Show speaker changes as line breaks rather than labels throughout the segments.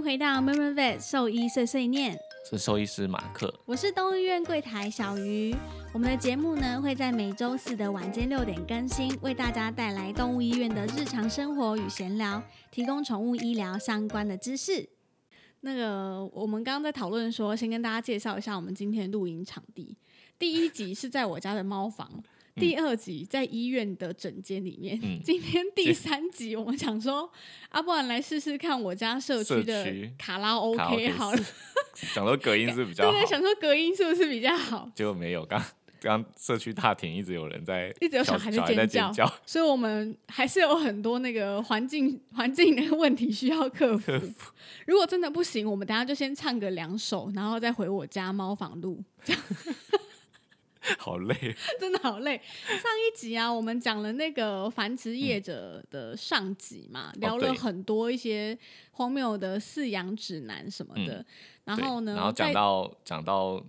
回到 m e m e Vet 兽医碎碎念，
是兽医师马克。
我是动物医院柜台小鱼。我们的节目呢会在每周四的晚间六点更新，为大家带来动物医院的日常生活与闲聊，提供宠物医疗相关的知识。那个，我们刚刚在讨论说，先跟大家介绍一下我们今天的录音场地。第一集是在我家的猫房，第二集在医院的诊间里面。
嗯
今天第
这
三集，我们想说，啊，不然来试试看我家社区
社
的
区
卡拉
卡拉
OK
OK
好 了，
讲到隔音是比较
对
好，
对，想说隔音是不是比较好？
结果没有。刚刚社区大厅一直有人在，
一直有
小
小孩在
小孩在
尖
尖
叫
叫，
所以我们还是有很多那个环境 环境的问题需要克服。如果真的不行，我们等下就先唱个两首，然后再回我家猫房录。
好累。
真的好累。上一集啊，我们讲了那个繁殖业者的上集嘛，聊了
对
很多一些荒谬的饲养指南什么的。然
对
后呢，
然后讲
在
到讲到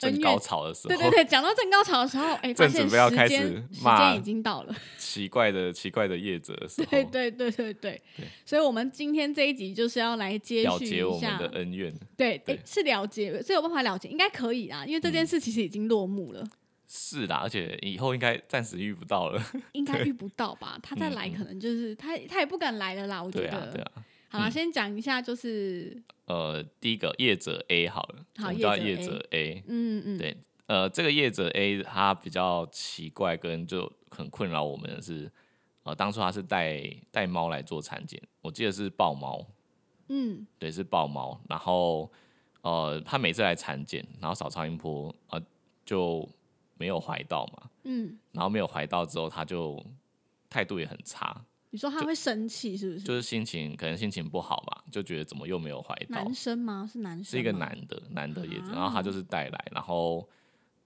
恩
正
怨
高潮的时候，
对对对，讲到正高潮的时候，哎、发
正
现
准
时
备要
间
开始
时
骂
间已经到了。
奇怪的奇怪的业者的时候，
对对对对对，所以我们今天这一集就是要来接
了
续
结我
一
们
下
的，恩怨。
对，哎
对，嗯
是了结，是有办法了结，应该可以啦，因为这件事其实已经落幕了，
是啦，而且以后应该暂时遇不到了。
应该遇不到吧？他再来
嗯嗯
可能就是他他也不敢来了啦，我觉
对
得。
啊，对啊。
好啦，先讲一下，就是
呃，第一个业者 A 好了，
好
我们叫
业
业
者 A
者 A。
嗯嗯，
对，呃，这个业者 A 他比较奇怪，跟就很困扰我们的是，呃，当初他是带带猫来做产检，我记得是豹猫，
嗯
对，是豹猫。然后呃，他每次来产检，然后扫超音波，呃，就没有怀到嘛。
嗯，
然后没有怀到之后，他就态度也很差，
你说他会生气是不是？
就是心情可能心情不好吧，就觉得怎么又没有怀到，
男生吗？是男生吗，
哦是一个男的，男的也是，
嗯啊
然后他就是带来，然后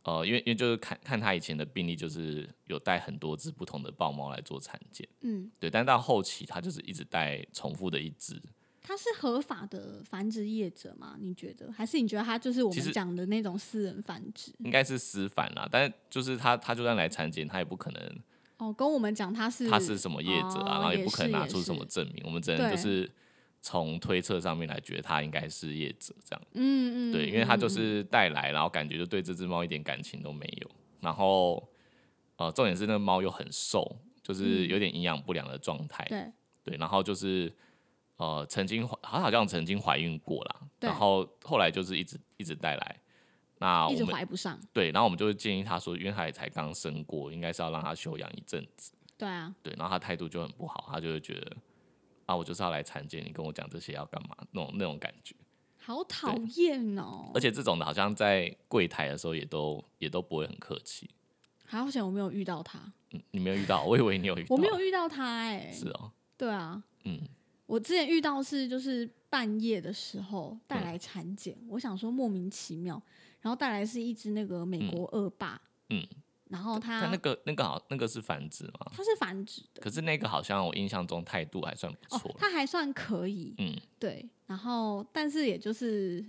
呃，因为因为就是看看他以前的病例，就是有带很多只不同的豹猫来做产检，
嗯，
对，但到后期他就是一直带重复的一只，
他是合法的繁殖业者吗？你觉得？还是你觉得他就是我
其
们
实
讲的那种私人繁殖？
应该是私繁啦，但是就是他他就算来产检，他也不可能
哦，跟我们讲他是
他是什么业者啊，
哦
然后
也
不可能
是
拿
也
出什
是
么证明，我们只能
对
就是从推测上面来觉得他应该是业者这样。
嗯嗯，
对，因为他就是带来，然后感觉就对这只猫一点感情都没有。然后，呃，重点是那个猫又很瘦，就是有点营养不良的状态。
嗯对，
对，然后就是呃，曾经怀她好像曾经怀孕过啦，
对
然后后来就是一直一直带来。那
一
我
直
们
怀不上，
对，然后我们就会建议他说，因为他也才刚生过，应该是要让他休养一阵子。
对啊，
对，然后他态度就很不好，他就会觉得啊，我就是要来产检，你跟我讲这些要干嘛？那种那种感觉。
好讨厌哦
而。且这种的好像在柜台的时候也都也都不会很客气。
还好险我没有遇到他，
嗯，你没有遇到，我以为你有遇到。
我没有遇到他哎，
是哦，
对啊，
嗯，
我之前遇到是就是半夜的时候
嗯
带来产检，我想说莫名其妙，然后带来是一只那个美国恶霸，
嗯，
然后它
但那个那个好，那个是繁殖嘛？
它是繁殖的，
可是那个好像我印象中态度还算不
哦
错，。
它还算可以，
嗯，
对，然后但是也就是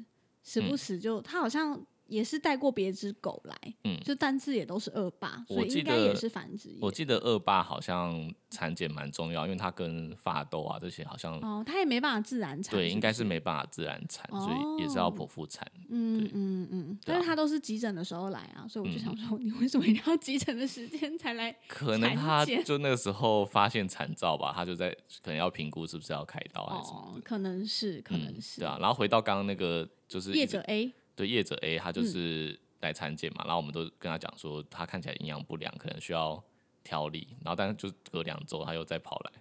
时
嗯
不时就它好像。也是带过别只狗来，
嗯
就但是也都是恶霸，
我
所以
记
应该
得
也是繁殖业。
我记得恶霸好像产检蛮重要，因为它跟发豆啊这些好像、
哦，它也没办法自然产，
对
是
应
不
该
是
是没办法自然产，
哦
所以也是要剖腹产。
嗯
对
嗯嗯，
对啊嗯
但是他都是急诊的时候来啊，所以我就想说，你为什么一定要急诊的时间才来？
可能
产
他
检
就那个时候发现产兆吧，他就在可能要评估是不是要开刀还是什么。
哦，可能是，可能
嗯
是，
对啊，然后回到刚刚那个就是
业
一直
者 A，
对业者 A，他
嗯
就是来产检嘛，然后我们都跟他讲说，他看起来营养不良，可能需要调理，然后但是就隔两周他又再跑来，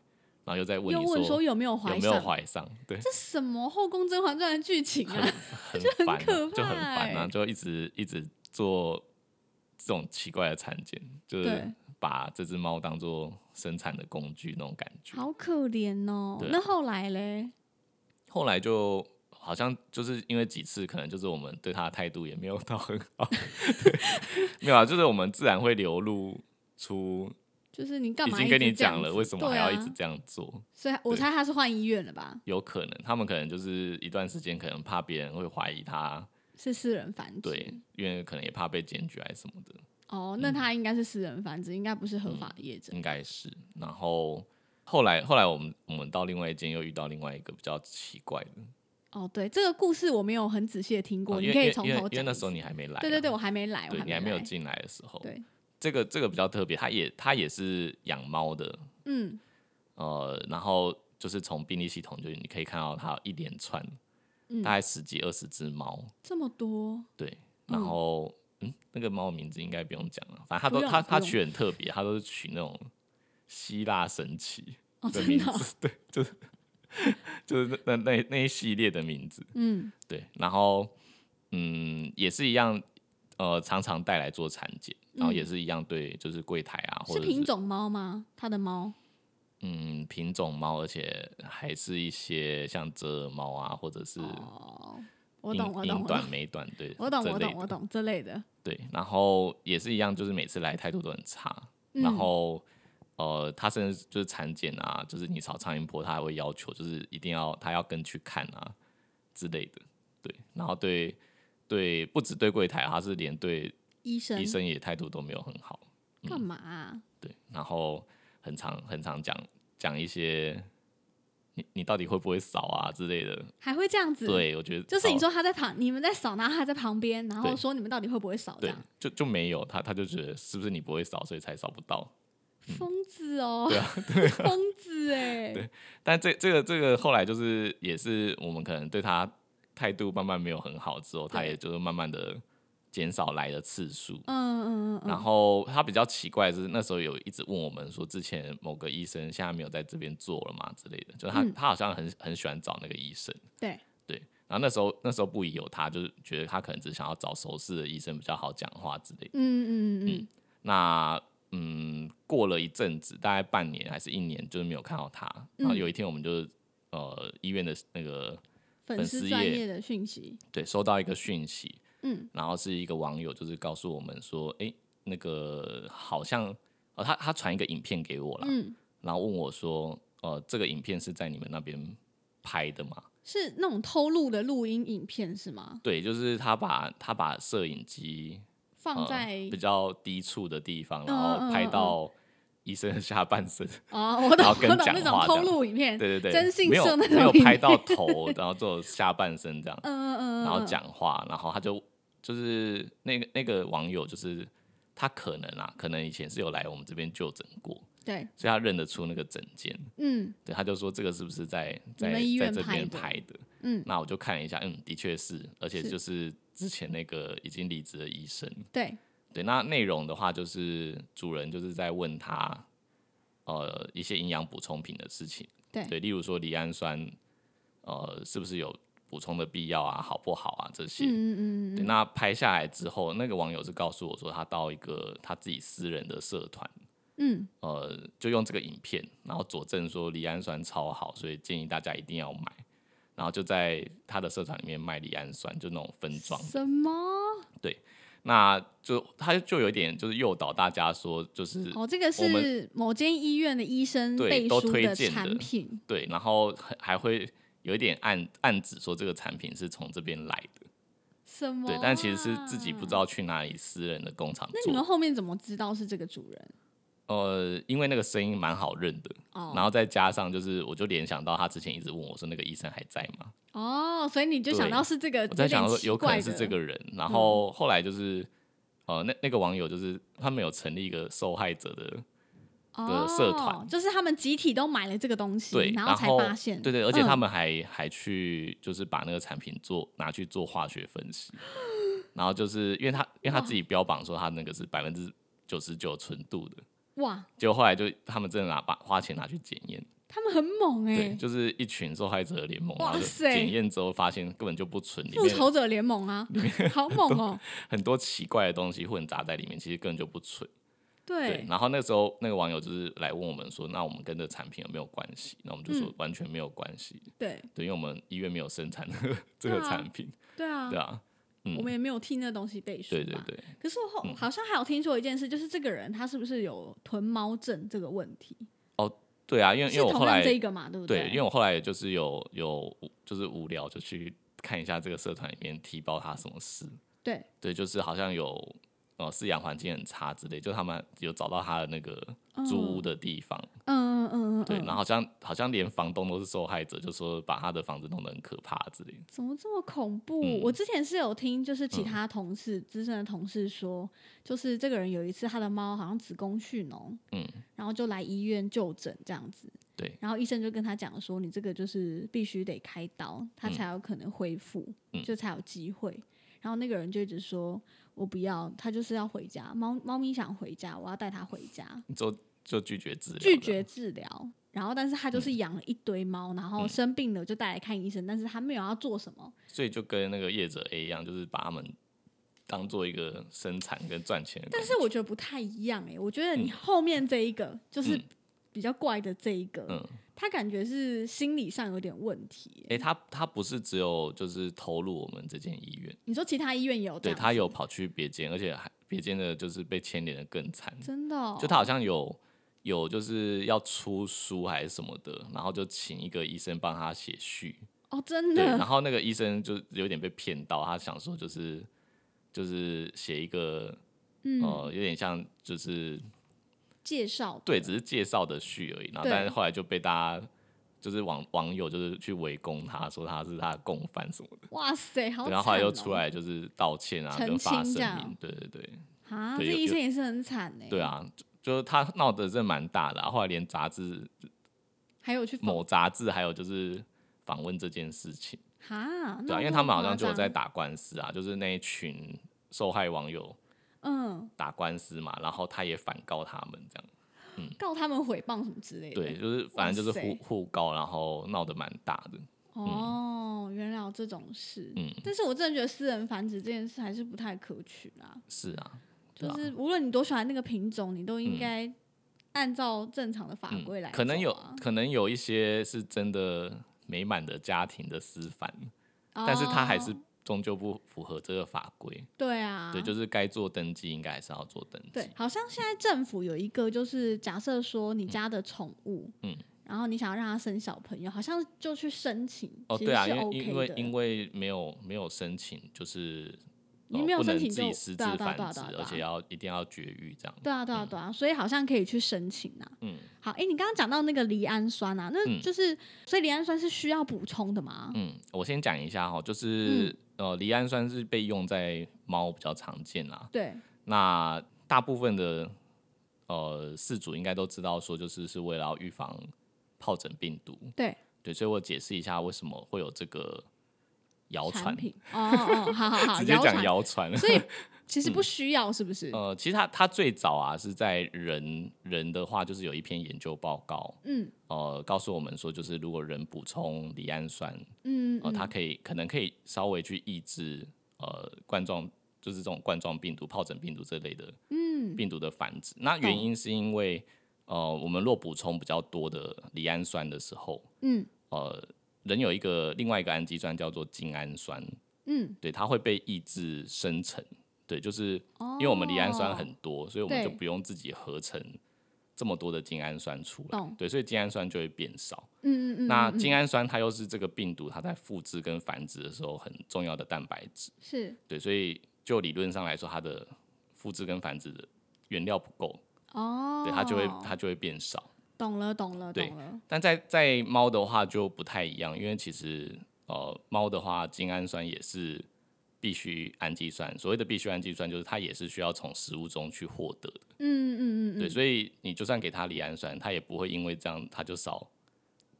然后又再问
又
你
问说
说
有没有
有
怀
没
上？
有怀上，对，
这什么《后宫甄嬛传》的剧情 啊？
很
很
烦啊、
可怕
就很烦啊，
欸
就一直一直做这种奇怪的产检，就
对
是把这只猫当做生产的工具那种感觉。
好可怜哦。
对啊
那后来嘞？
后来就。好像就是因为几次，可能就是我们对他的态度也没有到很好，对，没有啊，就是我们自然会流露出
就是你干
已
嘛？
经跟你讲了，为什么还要一？直
对啊
这样做？
所以我猜他是换医院了吧？
有可能他们可能就是一段时间，可能怕别人会怀疑他，
是私人繁殖。
对，嗯因为可能也怕被检举还是什么的，
哦，那他应该是私人繁殖，应该不是合法
嗯
的业者。
应该是。然后后来后来我们我们到另外一间又遇到另外一个比较奇怪的，
哦，对，这个故事我没有很仔细的听过，
哦因
你
为
可
因
以
为
从
因为
头
因为
讲。
那时候你还没来啊，
对对对，我还没来，我
对你还
还
没有
来
进来的时候，
对，
这个这个比较特别，他也他也是养猫的，
嗯，
呃，然后就是从病例系统，就是你可以看到它一连串，
嗯
大概十几二十只猫，
这么多，
对，然
嗯
后嗯那个猫的名字应该不用讲了，反正它
不
都
用
它
不
它
用
取很特别，它都是取那种希腊神奇
哦，
的
真
名
的哦、
字， 对，就是就是那那那那一系列的名字，
嗯，
对，然后嗯也是一样，呃，常常带来做产检，然后也是一样对，就是柜台啊，
嗯
或
是
者
品种猫吗？它的猫
嗯，品种猫，而且还是一些像折耳猫啊，或者是
哦，我
英
懂，我懂，
英
我
短、
懂，
美短，对，
我懂，
这
我
类
懂，我
的
懂这类的，
对。然后也是一样，就是每次来态度都很差，然
嗯
后呃，他甚至就是产检啊，就是你扫苍蝇婆，他还会要求就是一定要他要跟去看啊之类的，对。然后对对，不止对柜台，他是连对
医生
医生也态度都没有很好，
干嘛啊、
对，然后很常很常讲讲一些你你到底会不会扫啊之类的。
还会这样子？，
对，我觉得
就是你
扫
说他在旁，你们在扫，然后他在旁边，然后
对
说你们到底会不会扫这
对
样？，
就就没有他，他就觉得是不是你不会扫，所以才扫不到。嗯
疯子哦，
啊
疯子哎、
但这这个这个后来就是也是我们可能对他态度慢慢没有很好之后，他
对
也就是慢慢的减少来的次数。
嗯嗯嗯
然
嗯，
后他比较奇怪的是，那时候有一直问我们说，之前某个医生现在没有在这边做了嘛之类的，就是他、
嗯
他好像很很喜欢找那个医生。
对，
对，然后那时候那时候不疑有他，就是觉得他可能只想要找熟识的医生比较好讲话之类的。
嗯嗯嗯嗯，
那嗯，过了一阵子，大概半年还是一年，就是没有看到他。然
嗯
后有一天，我们就呃医院的那个
粉
粉
丝
丝
专
页
业的讯息，
对收到一个讯息，
嗯，
然后是一个网友就是告诉我们说，诶，那个好像哦，他他传一个影片给我了，
嗯，
然后问我说，呃，这个影片是在你们那边拍的吗？
是那种偷录的录音影片是吗？
对，就是他把他把摄影机
放
呃
在、
比较低处的地方，
嗯
然
嗯
后
嗯
拍
嗯
到医生的下半身，
哦，我懂，
然
我
后跟
懂
讲
那种
话
偷
这样
录影片，
对对对，
真性
没有
色那种
没有
影
拍
片，
到头，然后做下半身这样，
嗯嗯嗯，
然后
嗯，
讲话，然后他就就是那个那个网友就是他可能啊，可能以前是有来我们这边就诊过，
对，
所以他认得出那个诊间，
嗯
对，他就说这个是不是在在
你们医
在
院
这
拍
边
的
拍的？
嗯，
那我就看了一下，嗯，的确是，而且
是
就是之前那个已经离职的医生，
对，
对，那内容的话就是主人就是在问他，呃，一些营养补充品的事情，
对
例如说赖氨酸，呃，是不是有补充的必要啊，好不好啊这
嗯
些。
嗯嗯
对，那拍下来之后，那个网友是告诉我说，他到一个他自己私人的社团，
嗯，
呃，就用这个影片，然后佐证说赖氨酸超好，所以建议大家一定要买。然后就在他的社团里面卖赖氨酸，就那种分装的。
什么？
那就他就有一点就是诱导大家说，就是、
哦，这个
我们
是某间医院的医生
对
背
都
书
推
的
荐的
产品，
对，然后还还会有一点暗暗指说这个产品是从这边来的，
什么啊？
对，但其实是自己不知道去哪里私人的工厂
那你们
做，
后面怎么知道是这个主人？
呃，因为那个声音蛮好认的，
哦，
然后再加上就是我就联想到他之前一直问我说那个医生还在吗？
哦，所以你就
对
想到是这个，
我在想说有可能是
呃有点奇怪的嗯
这个人，然后后来就是。呃，那那个网友就是他们有成立一个受害者的，的社团
哦，就是他们集体都买了这个东西，
对，
嗯然
然
后才发现，
对对，而且
嗯
他们还、还去就是把那个产品做拿去做化学 分析，然后就是因为他因为他自己标榜说他那个是百分之九十九纯度的，
哇，
结果后来就他们真的拿把花钱拿去检验，
他们很猛哎、
对，就是一群受害者的联盟，然
哇
后就
塞
检验之后发现根本就不纯，里
复
面
仇者联盟啊， 好猛哦、
很多奇怪的东西混杂在里面，其实根本就不纯。对
对，，
然后那时候那个网友就是来问我们说，那我们跟这产品有没有关系？那我们就说
嗯
完全没有关系，
对，
对，因为我们医院没有生产这个
对啊
产品。
对啊
对，啊，嗯
我们也没有替那东西背书，
对对。对，嗯
可是我后、好像还有听说一件事，就是这个人他是不是有囤猫症这个问题？
对啊，因为因
是
为我
同
后
样
来
这一个嘛，对不
对，因为
为
我后来就是有有就是无聊就去看一下这个社团里面提报他什么事，
对
对，就是好像有呃饲养环境很差之类，就他们有找到他的那个
嗯
租屋的地方，
嗯嗯嗯嗯，
对，
嗯
然后好像好像连房东都是受害者，就说把他的房子弄得很可怕之类的。
怎么这么恐怖？
嗯
我之前是有听，就是其他同事、资深的同事说，就是这个人有一次他的猫好像子宫蓄脓，
嗯，
然后就来医院就诊这样子，
对，
然后医生就跟他讲说，你这个就是必须得开刀，他才有可能恢复，
嗯
就才有机会。然后那个人就一直说，我不要，他就是要回家，猫猫咪想回家，我要带它回家。
就就拒绝治疗，
拒绝治疗，然后但是
嗯
他就是养了一堆猫，然后生病了就带来看医生，但是他没有要做什么，
所以就跟那个业者 A 一样，就是把他们当做一个生产跟赚钱的工
但
具。
是我觉得不太一样哎、我觉得你后面这一个就是
嗯
比较怪的这一个，
嗯，
他感觉是心理上有点问题欸、
哎、他他不是只有就是投入我们这间医院，
你说其他医院也有这
对
样子，
他有跑去别间，而且还别间的就是被牵连的更惨，
真的、哦，
就他好像有有就是要出书还是什么的，然后就请一个医生帮他写序，
哦，真
对，然
的，
后那个医生就有点被骗到，他想说就是就是写一个
嗯，
呃有点像就是
介绍
对，只是介绍的序而已，然后
对
但是后来就被大家。就是网网友就是去围攻他，说他是他的共犯什么的，
哇塞，好
对
惨、哦，
然后后来又出来就是道歉啊，
澄
跟发
清
声
这样
明，对对对，
啊，这
对有
医
有
生也是很惨哎、
对，啊，就就是他闹得真的蛮大的、啊，后来连杂志
还有去访
某杂志还有就是访问这件事情，
哈，
对啊，
那
因
这
为他
么
们好
夸
像就有
张
在，打官司啊，就是那一群受害网友
嗯，
打官司嘛，然后他也反告他们这样，
告他们诽谤什么之类的。
对，，就是反正就是
嗯哇
互
塞
互告，然后闹得蛮大的，
哦，原来有这种事。
嗯
但是我真的觉得私人繁殖这件事还是不太可取啦。
是啊，对
就
啊
是无论你多喜欢那个品种，你都应该按照正常的法
嗯
规来、走
可能有
啊
可能有一些是真的美满的家庭的私反，但是他还是
哦
终究不符合这个法规，
对啊，
对，就是该做登记应该还是要做登记，
对，好像现在政府有一个，就是假设说你家的宠物，
嗯，
然后你想要让它生小朋友，好像就去申请，
哦，
其
对
实
啊，
是
因为
OK
因
的。
为因为没有没有申请，就是
你
呃
没有
不
申
能
请
自
就
己私自
对啊对啊
繁
对啊
殖
对啊，对
而
啊
且要一定要绝育这样。
对啊，对啊，对啊，所以好像可以去申请啊。
嗯，
好，哎、你刚刚讲到那个离氨酸啊，那
嗯
就是、所以离氨酸是需要补充的吗？
嗯，我先讲一下哈，
嗯
就是、呃，离氨酸是被用在猫比较常见啦。
对，
那大部分的呃饲主应该都知道，说就是是为了要预防疱疹病毒。
对，
对，所以我解释一下为什么会有这个谣
产
传，
品哦哦，哦，好好好，
直接讲
传，
谣传。
所以其
嗯
实不需要，是不是？
呃，其实它它最早啊是在人人的话，就是有一篇研究报告，
嗯
呃，告诉我们说，就是如果人补充赖氨酸，
嗯
呃，
嗯，
它可以可能可以稍微去抑制呃冠状就是这种冠状病毒、疱疹病毒这类的
嗯
病毒的繁殖。那原
懂
因是因为呃，我们若补充比较多的赖氨酸的时候，
嗯
呃，人有一个另外一个氨基酸叫做精氨酸，
嗯，
对，它会被抑制生成。对，就是
哦，
因为我们离氨酸很多，所以我们
对
就不用自己合成这么多的精氨酸出来
懂，
对，所以精氨酸就会变少。
嗯嗯嗯，
那
嗯
精氨酸它又是这个病毒它在复制跟繁殖的时候很重要的蛋白质，
是
对，所以就理论上来说，它的复制跟繁殖的原料不够，
哦，
对，它就会它就会变少。
懂了懂了
对
懂了，
但在在猫的话就不太一样，因为其实呃猫的话，精氨酸也是必需氨基酸，所谓的必需氨基酸就是它也是需要从食物中去获得的。
嗯嗯嗯
对，
嗯，
所以你就算给它离氨酸，它也不会因为这样它就少、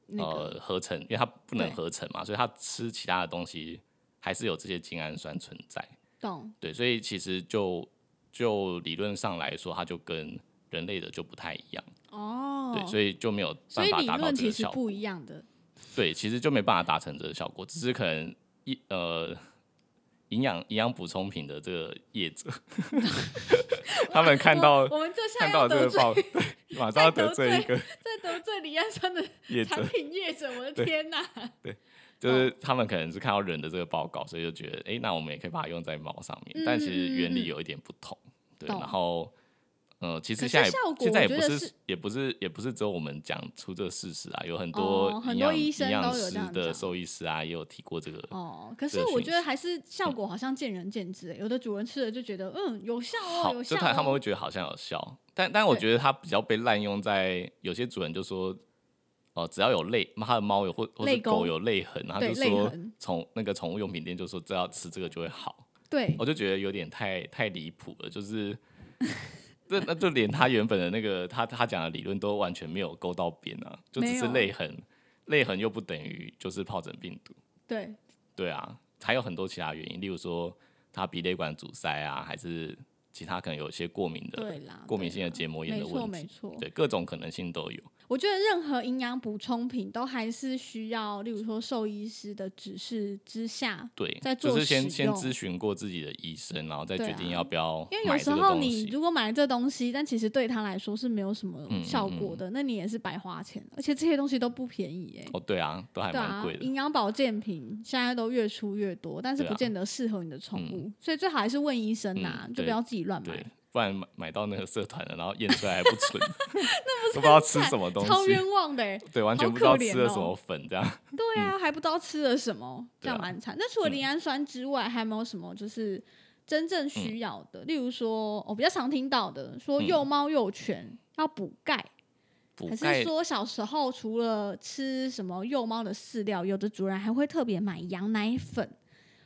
那个
呃合成，因为它不能
对
合成嘛，所以它吃其他的东西还是有这些精氨酸存在。
懂
对，所以其实就就理论上来说，它就跟人类的就不太一样，
哦，
对，所以就没有
所
办
以
法
理
达到
论
这
其
个
实
效果。
不一样的，
对，其实就没办法达成这个效果，只是可能一呃。营养营养补充品的这个 业者， 他们看到
我我们这下
看到
要
这
得
个
罪
报，对，马上要
再
得
得
罪一
罪
个
在得罪离氨酸的
业者
产，品业者，我的
对
天哪！
就是他们可能是看到人的这个报告，所以就觉得，哎、那我们也可以把它用在猫上面，但其实原理有一点不同。对，
嗯懂
然后呃，其
可是
实现在也
效果
现在也
我觉
不
得
是
是
也不是也不是只有我们讲出这个事实啊，有很
哦
多
很
营
多
养
医生
营养
都有
师
这样
的
讲
兽医师啊，也有提过这个。
哦，可是
这个
我
讯
觉得
息
还是效果好像见仁见智欸、有的主人吃了就觉得嗯有效哦，
好，
有
就
效、哦。
他他们会觉得好像有效，但但我
对
觉得它比较被滥用在有些主人就说，哦、只要有泪，他的猫有或或是
泪沟
狗有泪痕，他
对
就
泪
说
痕
宠那个宠物用品店就说只要吃这个就会好，
对
我就觉得有点太太离谱了，就是。那那就连他原本的那个他他讲的理论都完全没有勾到边啊，就只
没
是
有
泪痕，泪痕又不等于就是疱疹病毒，
对
对啊，还有很多其他原因，例如说他鼻泪管阻塞啊，还是其他可能有一些过敏的
对啦，
过
对
敏性的
啦
结膜炎
没
的
错
问
没
题，
错。
对各种可能性都有。
我觉得任何营养补充品都还是需要，例如说兽医师的指示之下，
对
在，做
就是
使
先先
用
咨询过自己的医生，然后再
对
决定
啊
要不要
因为有
买
时
这个
候
东
你
西。
如果买了这东西，但其实对他来说是没有什么
嗯嗯
效果的，那你也是白花钱了。而且这些东西都不便宜哎、
哦，对啊，都还
对
蛮
啊
贵，的。
营养保健品现在都越出越多，但是
对啊
不见得适合你的宠物，所以最好还是问医生呐、
嗯
就
对
不要自己乱
对
买，，
不然买买到那个社团了，然后验出来还 不 纯，都不知道吃什么东
超
西，
冤枉的、欸。
对，完全
好
不知道
可怜
吃了什
哦
么粉这样。
对啊，还不知道吃了什么，这
嗯对啊
样蛮惨。那除了磷氨酸之外，还有没有什么就是真正需要的？例如说，我、比较常听到的，说
嗯
幼猫幼犬要补钙，
补
还
钙
是说小时候除了吃什么幼猫的饲料，有的主人还会特别买羊奶粉，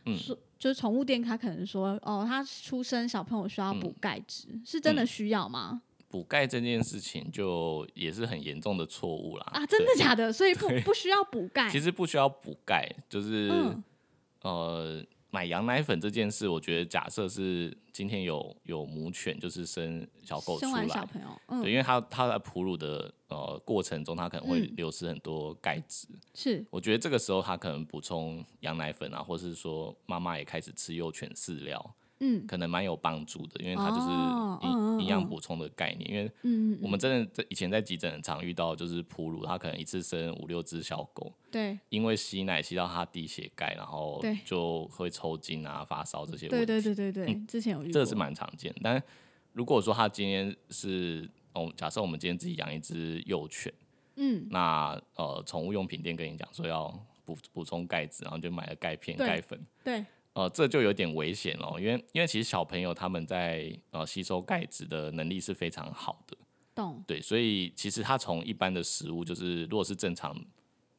嗯
说就是宠物店他可能说哦，他出生小朋友需要补钙质，
嗯
是真的需要吗？
补钙这件事情，就也是很严重的错误啦。
啊，真的
对
假的？所以不
对
不需要补钙，
其实不需要补钙，就是、
嗯
呃，买羊奶粉这件事，我觉得假设是今天有有母犬，就是生小狗出
生完
来，
小朋友，嗯
对，，因为它它在哺乳的呃过程中，它可能会
嗯
流失很多钙质。
是
我觉得这个时候，它可能补充羊奶粉啊，或是说妈妈也开始吃幼犬饲料，
嗯
可能蛮有帮助的，因为它就是
哦嗯嗯
营营养
嗯
补充的概念，因为。
嗯，嗯
我们真的在以前在急诊很常遇到，就是哺乳，它可能一次生五六只小狗，
对
因为吸奶吸到它低血钙，然后
对
就会抽筋啊、发烧这些问
对
题。
对对对对，之前有遇过，
嗯这个是蛮常见的。但如果说它今天是，哦，假设我们今天自己养一只幼犬，
嗯
那呃，宠物用品店跟你讲说要补补充钙质，然后就买了钙片、
对
钙粉。
对
呃，这就有点危险哦，因为因为其实小朋友他们在呃吸收钙质的能力是非常好的，
懂
对，所以其实它从一般的食物，就是如果是正常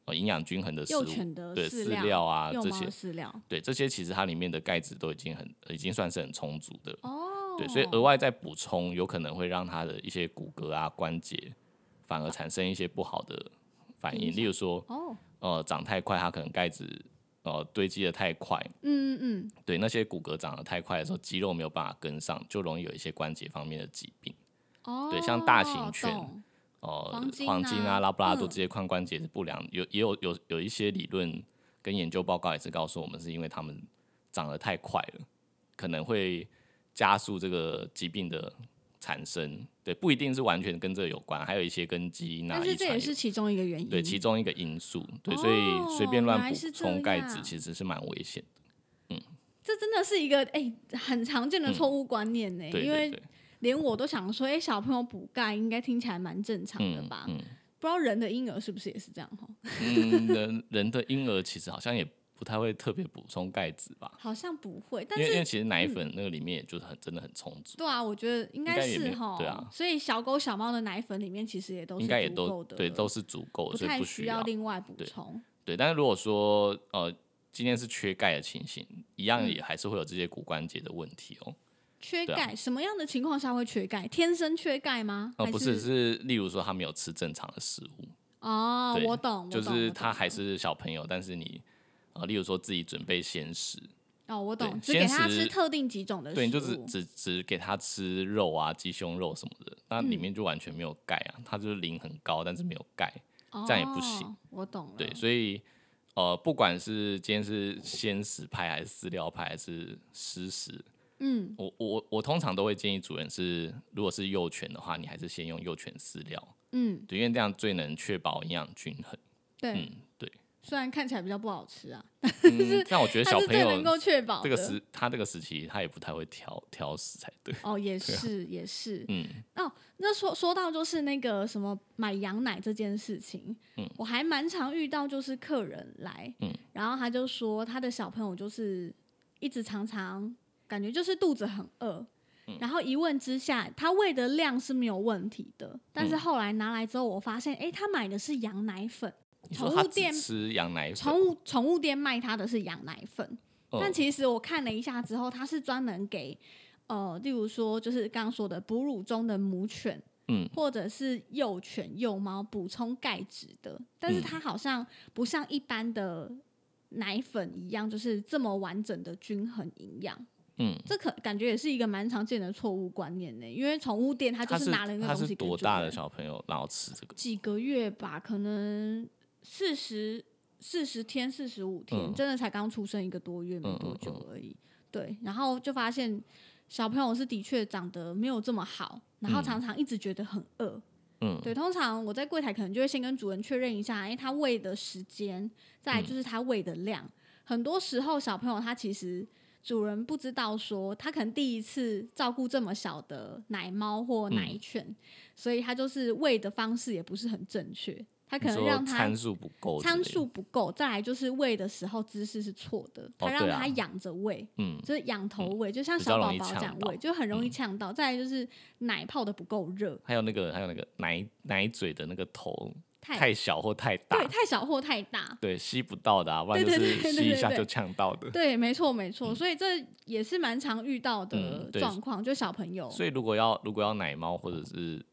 呃营养均衡的食
幼
物，
犬的
对
饲
饲料啊
幼
这
猫
些
的饲料
对这些其实它里面的钙质都已经很已经算是很充足的，
哦，
对，所以额外再补充，有可能会让它的一些骨骼啊关节反而产生一些不好的反应，例如说
哦，
呃长太快，它可能钙质呃堆积的太快，
嗯嗯嗯，
对那些骨骼长得太快的时候，肌肉没有办法跟上，就容易有一些关节方面的疾病。
哦，
对像大型犬
懂
呃
黄金啊
啊、拉布拉
嗯
多这些髋关节是不良，有也有有有一些理论跟研究报告也是告诉我们，是因为它们长得太快了，可能会加速这个疾病的产生。对，不一定是完全跟这个有关，还有一些跟基因啊、
但是
遗
这
传
也
有
是其中一个原因。
对其中一个因素。对，所以随
哦
便
原
乱
来
补
是这
充钙质
样
其实是蛮危险的。
这真的是一个哎、很常见的错误观念呢、
嗯对
因
对
为
对，
连我都想说，哎、小朋友补钙应该听起来蛮正常的
嗯
吧？
嗯
不知道人的婴儿是不是也是这样哈？
嗯，人人的婴儿其实好像也不太会特别补充钙质吧。
好像不会，但
因为因
是嗯
为其实奶粉那个里面也就是很真的很充足，
对啊，我觉得应
应该也没
是
有
哈。
对啊
所以小狗小猫的奶粉里面其实也都
应
是
该也
足
都
够的，
对都是足够的，所以
太
不
需
需要
另外补
对
充。
对。但是如果说呃今天是缺钙的情形，一样
嗯
也还是会有这些骨关节的问题哦。
缺
对啊
钙、什么样的情况下会缺钙？天生缺钙吗？
呃，
还
不是，是例如说他没有吃正常的食物，
哦，
对
我懂，我
就
懂
是
我
他
懂
还
了
是小朋友，但是你呃例如说自己准备鲜食，
哦，我
对
懂，只
先
给他
食
吃特定几种的食物，
对，你就只只只给他吃肉啊、鸡胸肉什么的，那
嗯
里面就完全没有钙啊，它就是磷很高，但是没有钙。这样也不行
哦。我懂了，
对，所以呃，不管是今天是鲜食派还是饲料派还是湿食，
嗯，
我我我通常都会建议主人是，如果是幼犬的话，你还是先用幼犬饲料，
嗯，
对，因为这样最能确保营养均衡。
对，
嗯，对，
虽然看起来比较不好吃啊，
嗯，但我觉得
它
小
是
朋
最能
友
够确保
这
的。
个时他这个时期他也不太会挑挑食才对，啊
哦，也是、也是。
嗯，
哦，那说说到就是那个什么买羊奶这件事情，
嗯
我还蛮常遇到，就是客人来，
嗯
然后他就说他的小朋友就是一直常常感觉就是肚子很饿，
嗯
然后一问之下，他喂的量是没有问题的，但是
嗯
后来拿来之后，我发现，哎、他买的是羊奶粉，
你说
宠
他
物店
只吃羊奶粉，
宠物宠物店卖他的是羊奶粉，但
嗯
其实我看了一下之后，它是专门给呃，例如说就是刚刚说的哺乳中的母犬，
嗯，
或者是幼犬、幼猫补充钙质的。但
嗯
是它好像不像一般的奶粉一样，就是这么完整的均衡营养。
嗯，
这可感觉也是一个蛮常见的错误观念呢、因为宠物店它就
他
拿了那个
他
东
是
西给
多
主
大
人
的小朋友然后吃这个？
几个月吧，可能四十四十天、四十五天，
嗯
真的才刚出生一个多月没
嗯
多
嗯
久而已。对，然后就发现小朋友是的确长得没有这么好，然后
嗯
常常一直觉得很饿。
嗯
对，通常我在柜台可能就会先跟主人确认一下，哎、他喂的时间，再
嗯
来就是他喂的量。很多时候小朋友他其实主人不知道说，他可能第一次照顾这么小的奶猫
嗯
或奶犬，所以他就是喂的方式也不是很正确，他可
你
能
说
让他
参数不够之类的，
参数不够，再来就是喂的时候姿势是错的，他
哦
让
对啊
他仰着喂。
嗯
就是仰头喂，就像
比
小
较
宝
容易
宝
呛
这样
到嗯
喂，就很容易呛到。再来就是奶泡的不够热，
还有那个还有那个奶奶嘴的那个头
太
太小或太大
对，太小或太大。
对，吸不到的、啊，不然就
对对
是
对对
吸一下
对
就呛到的。
对，没错没错，所以这也是蛮常遇到的
嗯对
状况，就小朋友。
所以如果要如果要奶猫或者是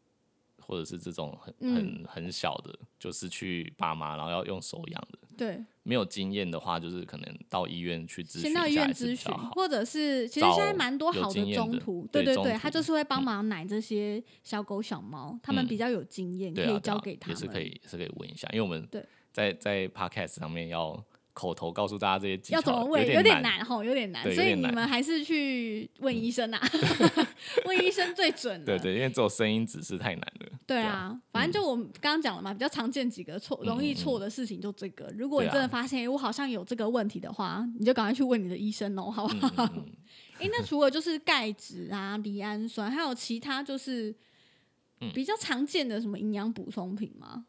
或者是这种很
嗯
很很小的，就是去爸妈，然后要用手养的，
对，
没有经验的话，就是可能到医院去咨询
先
一下
到医院
还是
咨
比
询
较，好。
或者是其实现在
找
蛮多
有
好
经验
中
的
途，
对
对
中
对，
途
他就是会帮忙奶这些小狗小猫，他们
嗯
比较有经验，
对
可
啊，
以
对啊
交给他
也
们。
是可以，也是可以问一下，因为我们
对
在在 podcast 上面要口头告诉大家这些技巧，
要怎么喂，
有
点
难。
难吼，有点难，
对
所
有
以
点
你
难嗯
们还是去问医 生啊，问医生最准了。
对对，因为只有声音指示太难 了。
对
对嗯
啊，反正就我们刚刚讲了嘛，比较常见几个错、容易错的事情就这个。如果你
对啊
真的发现、诶哎我好像有这个问题的话，你就赶快去问你的医生哦，好不
嗯
好？哎、那除了就是钙质啊、离氨酸，还有其他就是
嗯
比较常见的什么营养补充品吗？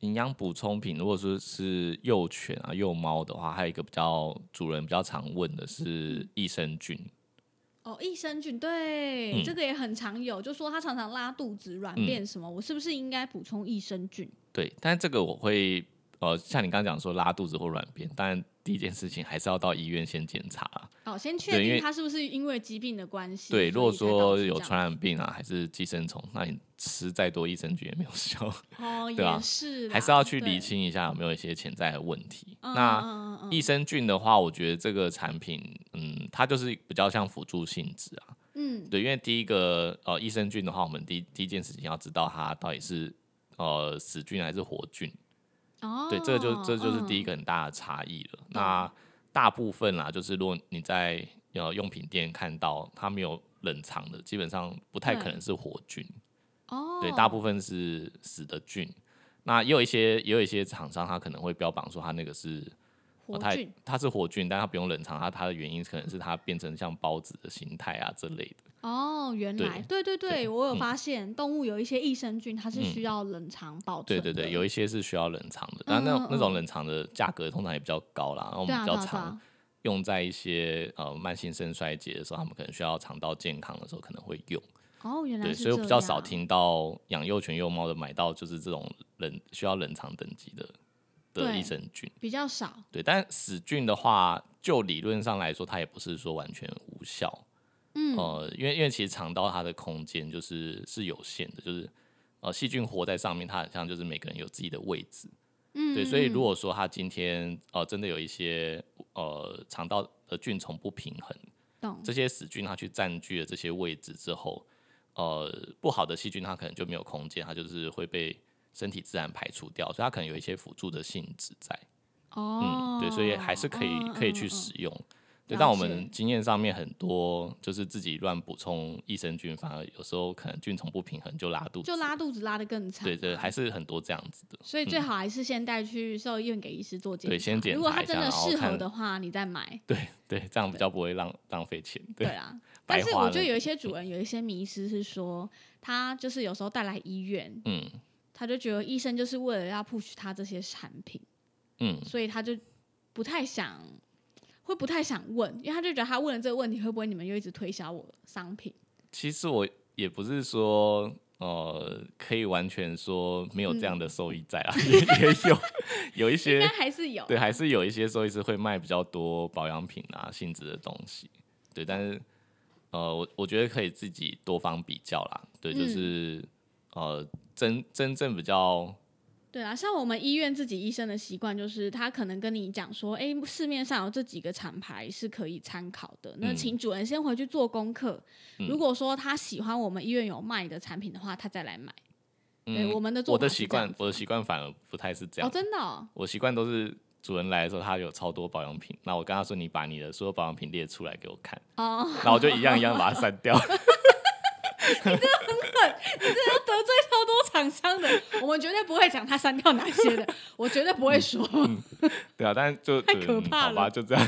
营养补充品，如果说是幼犬啊、幼猫的话，还有一个比较主人比较常问的
嗯
是益生菌。
哦，益生菌，对，
嗯
这个也很常有，就说他常常拉肚子、软
嗯
便什么，我是不是应该补充益生菌？
对，但这个我会呃，像你刚刚讲说拉肚子或软便，但第一件事情还是要到医院先检查啦。
哦，先确
对因
定
为
他是不是因为疾病的关系。
对，如果
所以才导
说
致这
有
样
传染病啊，还是寄生虫，那你吃再多益生菌也没有效，
哦，
对啊
也是啦，
还是要去
对
理清一下有没有一些潜在的问题。
嗯
那
嗯嗯嗯
益生菌的话，我觉得这个产品，嗯，它就是比较像辅助性质啊。
嗯，
对，因为第一个呃，益生菌的话，我们第第一件事情要知道它到底是呃死菌还是活菌。
哦，嗯
对，这个就这就是第一
个，
个很大的差异了。那大部分啦，就是如果你在呃用品店看到它没有冷藏的，基本上不太可
对
能是活菌。
哦，
对，大部分是死的菌。那也有一些也有一些厂商，他可能会标榜说他那个是
活
它
菌
它是活菌，但它不用冷藏，它它的原因可能是它变成像孢子的形态啊这类的。
哦，原来对对对，我
嗯
有发现动物有一些益生菌，它是需要冷藏保存
对
的，
对对，有一些是需要冷藏的，但那
嗯嗯
那种冷藏的价格通常也比较高啦，然后我
对
们
啊
比
对
较
啊对
常
啊，
用在一些呃慢性肾衰竭的时候，他们可能需要肠道健康的时候可能会用。
哦，原来
对，
是
所以我比较
这
少
样，
听到养幼犬、幼猫的买到就是这种冷需要冷藏等级的的
对
益生菌。
比较少，
对，但死菌的话，就理论上来说，它也不是说完全无效。
嗯
呃，因为因为其实肠道它的空间就是是有限的，就是呃细菌活在上面，它好像就是每个人有自己的位置。
嗯，
对，所以
嗯
如果说它今天呃真的有一些呃肠道的菌虫不平衡，
懂
这些死菌它去占据了这些位置之后，呃，不好的细菌它可能就没有空间，它就是会被身体自然排除掉，所以它可能有一些辅助的性质在。
哦
嗯，，对，所以还是可以、
嗯
可以
嗯
去。
嗯
使用。对，
了
但我
解
们经验上面很多就是自己乱补充益生菌，反而有时候可能菌虫不平衡就拉肚子，
就拉肚子拉得更惨。
对对，还是很多这样子的。
所以最好还是先带去兽医院给医师做检查。
对先检查
如
一下
果它真的适
然后
合
看
的话，你再买。
对对，这样比较不会浪浪费钱。对，
啊，
白
但是
花
我觉得
了
有一些主人有一些迷失是说，他就是有时候带来医院，
嗯
他就觉得医生就是为了要 push 他这些产品，
嗯，
所以他就不太想，会不太想问，因为他就觉得他问了这个问题，会不会你们又一直推销我商品？
其实我也不是说呃可以完全说没有这
嗯
样的收益在啊，也也有有一
应该
些
还是有。
对，还是有一些兽医师会卖比较多保养品啊性质的东西，对，但是呃，我我觉得可以自己多方比较啦，对，
嗯
就是、呃真真正比较
对啊，像我们医院自己医生的习惯就是，他可能跟你讲说，哎，市面上有这几个厂牌是可以参考的，那
嗯
请主人先回去做功课。如果说他喜欢我们医院有卖的产品的话，他再来买。对，我们的做
嗯我
法
的
是
习
这样
惯，我的习惯反而不太是这样
哦，，真的、哦，
我习惯都是主人来的时候他有超多保养品，那我跟他说你把你的所有保养品列出来给我看，
哦，
然后我就一样一样把它删掉。
他得罪超多厂商的，我们绝对不会讲他删掉哪些的，我绝对不会说。
嗯对啊，但是就
太可
嗯
怕
好吧，
了
就这样。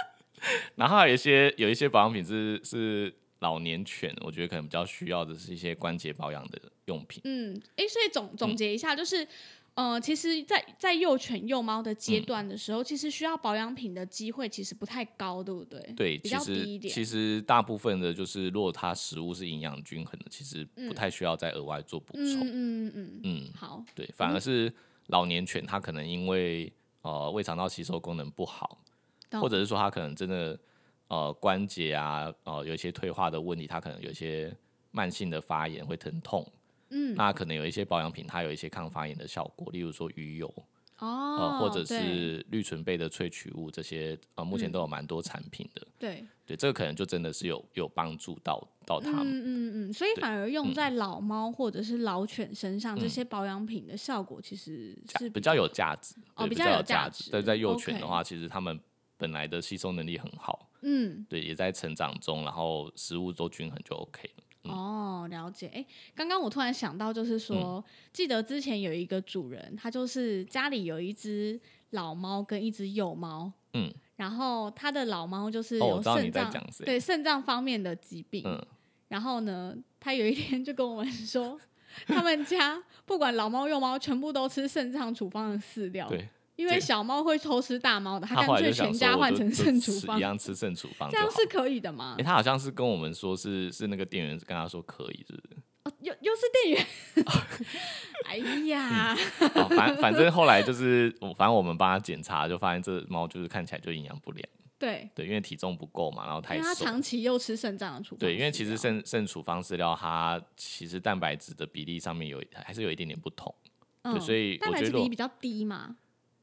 然后还有一些有一些保养品是是老年犬，我觉得可能比较需要的是一些关节保养的用品。
嗯，诶，所以总总结一下，就是，呃，其实在，在幼犬、幼猫的
嗯
阶段的时候，其实需要保养品的机会其实不太高，对不对？
对，
比
其
较低一
实
点。
其实大部分的就是，如果它食物是营养均衡的，其实
嗯
不太需要再额外做补
嗯
充。
嗯嗯嗯，
嗯，
好，
对，反而是老年犬，它可能因为呃胃肠道吸收功能不好，
懂
或者是说它可能真的呃关节啊呃有一些退化的问题，它可能有一些慢性的发炎会疼痛。
嗯，
那可能有一些保养品，它有一些抗发炎的效果，例如说鱼油，
哦
呃，，或者
对嗯
是绿醇贝的萃取物，这些呃，目前都有蛮多产品的。
对，
对，这个可能就真的是有有帮助到到他们。
嗯嗯嗯，所以
对嗯
反而用在老猫或者是老犬身上，这些保养品的效果其实
价
是
比较有价值，
哦
对，
比较
较
有
有
价值
值。但在幼犬
OK
的话，其实他们本来的吸收能力很好，
嗯。
对，也在成长中，然后食物都均衡就 OK 了。
哦，了解。哎，刚刚我突然想到，
嗯
就是说，记得之前有一个主人，他就是家里有一只老猫跟一只幼猫，
嗯，
然后他的老猫就是
哦我
有
知道
肾
你在
脏，
讲谁
对肾脏方面的疾病，
嗯
然后呢，他有一天就跟我们说，他们 家不管老猫幼猫，全部都吃肾脏处方的饲料，
对，
因为
这
小猫会偷吃大猫的，
他
干
后来
脆
就
全
想
家
说，我
换
就
成
就
肾处
吃
方
一，样吃 肾处方
这
就
样
好。
是可以的吗
诶，？他好像是跟我们说是是那个店员跟他说可以，是不是？
哦，又又是店员， 哎呀，
哦，反反正后来就是，我反正我们帮他检查，就发现这猫就是看起来就营养不良，
对，
对，因为体重不够嘛，然后
因
太
为他
瘦，
长期又吃肾脏的处方，
对，因为其实，肾肾处方饲料它其实蛋白质的比例上面有还是有一点点不同，
嗯，
对所以
蛋
我
白
觉
质
得
比例
我
比较低嘛，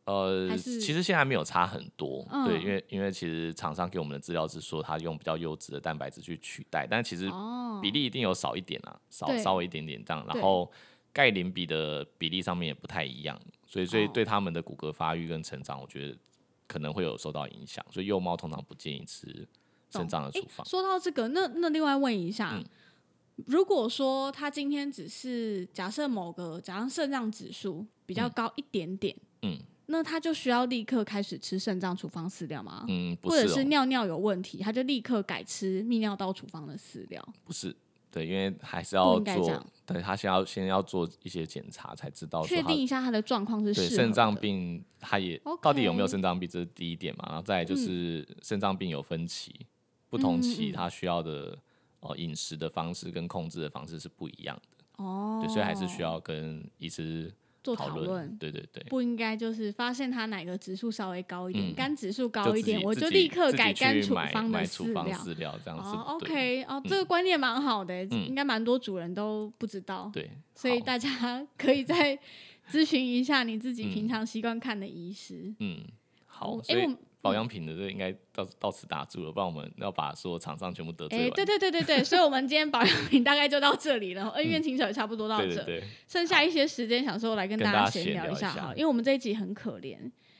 呃
还，是
其实现在没有差很多，
嗯
对，因为因为其实厂商给我们的资料是说它用比较优质的蛋白质去取代，但其实
哦，
比例一定有少一点啊，少
对
稍微一点点这样，
对
然后钙磷比的比例上面也不太一样，所以所以
哦
对他们的骨骼发育跟成长，我觉得可能会有受到影响，所以幼猫通常不建议吃
懂
肾脏的
诶
处方。
说到这个，那那另外问一下，
嗯
如果说他今天只是假设某个假设肾脏指数比较高一点点，
嗯，
那他就需要立刻开始吃肾脏处方饲料吗？
嗯，不
或
是
者
哦，
是尿尿有问题，他就立刻改吃泌尿道处方的饲料。
不是，对，因为还是
不
要
应该这
做
样，
对他先要先要做一些检查才知道说
确
他
定一下他的状况是
对
适合
肾脏
的，
病，它也
OK 嗯
到底有没有肾脏病，这是第一点嘛。然后再来就是肾脏病有分期，不同
嗯嗯
期
嗯
它需要的呃饮食的方式跟控制的方式是不一样的，
哦，
对，所以还是需要跟医师
做
讨
讨论。
对对对，
不应该就是发现他哪个指数稍微高一点，
嗯
肝指数
就
高
自
一点，
己
我
自
就
己
立刻
自己
改肝
去
处
买
方的
买处
饲
方
料。
饲料，这样是
哦
不对
，OK，
的。
哦，这个观念蛮好的，
嗯
应该蛮多主人都不知道，
对，
所以
好
大家 可以 再咨询一下你自己
嗯
平常习惯看的医师。
嗯好，
哎、
所以
我们
保养品的这个应该到到此打住了，不然我们要把所有厂商全部得
哎、
罪
对
完。
对对对对，所以我们今天保养品大概就到这里了，哦恩怨情仇也差不多到这。
嗯对对对，
剩下一些时间，想说来跟
跟
大
大
家
家
闲
闲
聊
聊
一
一
下
下
好了，因为我们这一集很可怜，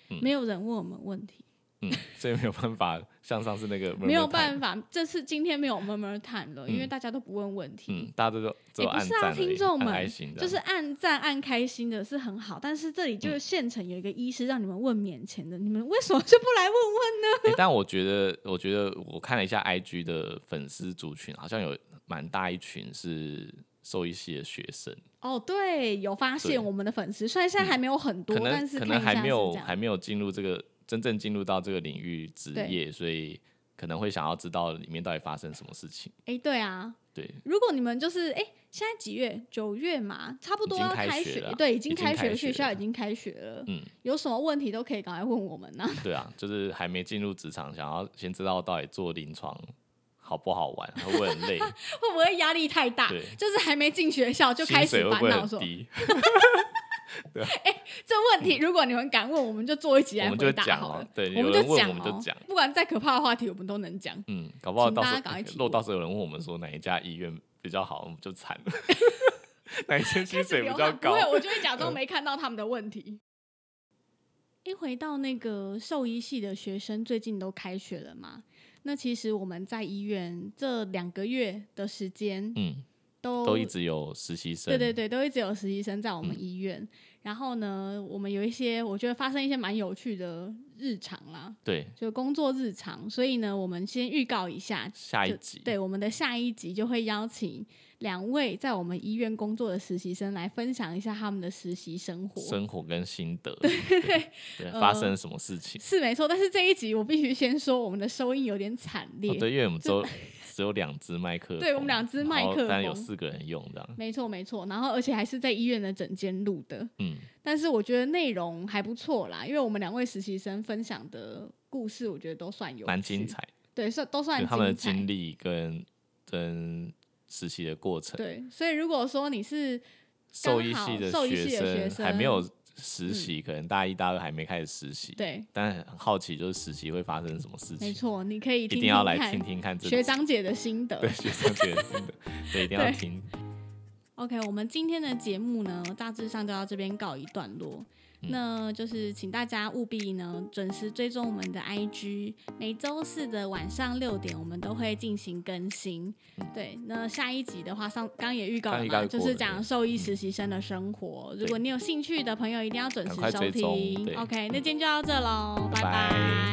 嗯
没有人问我们问题，
嗯，所以没有办法像上次那个
没有
murmur
办
time，
法，这次今天没有 murmur time 了，因为大家都不问问题。
嗯嗯，大家都都只
也
有
不
按
是啊
赞而已、
听众
按
们
爱心的，
就是按赞按开心的是很好，但是这里就是现成有一个医师让你们问免钱的，你们为什么就不来问 问？
欸但我觉得，我觉得我看了一下 IG 的粉丝族群，好像有蛮大一群是兽医系的学生，
哦，对，有发
对
现我们的粉丝，虽然现在还没有很多，
可
但
能
是
可
看
能
一下
还
是
没
这
有
样。
还没有进入这个真正进入到这个领域职
对
业，所以可能会想要知道里面到底发生什么事情。
哎，对啊，
对，
如果你们就是哎，现在几月？九月嘛，差不多
已经
要
开
开
学了啊
对，已经
已经
开
开
学了，
学
学校
了
已经开学了，
嗯，
有什么问题都可以赶快问我们呐、
对啊，就是还没进入职场，想要先知道到底做临床好不好玩，会不会很累，
会不会压力太大
对？
就是还没进学校 就开
薪水
始
会
烦
不会
恼
很
说，
低，嗯
这问题如果你们敢问，我们就做一集
我
来
们就
回
会
答
讲
好
哦
了。。
对，
我
有
们
人问
讲
我们就
哦
讲。，
不管再可怕的话题，我们都能 讲。
嗯，搞不好
请
到
大
时
家
候
赶 快提
漏
问
到时候有人问我们说哪一家医院比较好，我们就惨 了， 哪一间薪
开始
水
流
比较
汗，不
高
会，？我就会假 装没看到他们的问题。一回到那个兽医系的学生，最近都开学了嘛？那其实我们在医院这两个月的时间，
嗯，
都
都一直有实习生，
对对对，都一直有实习生在我们医院。然后呢，我们有一些我觉得发生一些蛮有趣的日常啦，
对
就工作日常。所以呢，我们先预告一下，
下一
就
集，
对，我们的下一集就会邀请两位在我们医院工作的实习生来分享一下他们的实习生活。
生活跟心得，对对
嗯
对，发生了什么事情？
是没错，但是这一集我必须先说，我们的收音有点惨烈。
哦，对，因为我们只 有只有两只麦克风，
对我们两只麦
然后
克
但有
风
四个人用这样，
没错没错，然后而且还是在医院的整间录的，
嗯，
但是我觉得内容还不错啦，因为我们两位实习生分享的故事，我觉得都算有
蛮
趣
精，彩，
对，算都算
就
精
他们的
彩
经历跟跟实习的过程，
对，所以如果说你是
兽医
好
系的
兽医
学
系的学
还没
生嗯
有实习，可能大一、大二还没开始实习，
对，
但很好奇就是实习会发生什么事情，
没，错，你可以
一
听
定要来
看
听听看这
学
集
长姐的心得
对。学长姐的心得，对，一定要
对
听，
OK，我们今天的节目呢，大致上就到这边告一段落。
嗯
那就是请大家务必呢准时追踪我们的 IG，每周四的晚上六点我们都会进行更新。对，那下一集的话，上刚刚也预告了
嗯刚预
嘛，
告过
就是
了
讲
对嗯
兽医实习生的生活。如果你有兴趣的朋友，一定要准时
赶快
收
追踪
听
对。嗯
OK，那今天就到这喽，拜
拜拜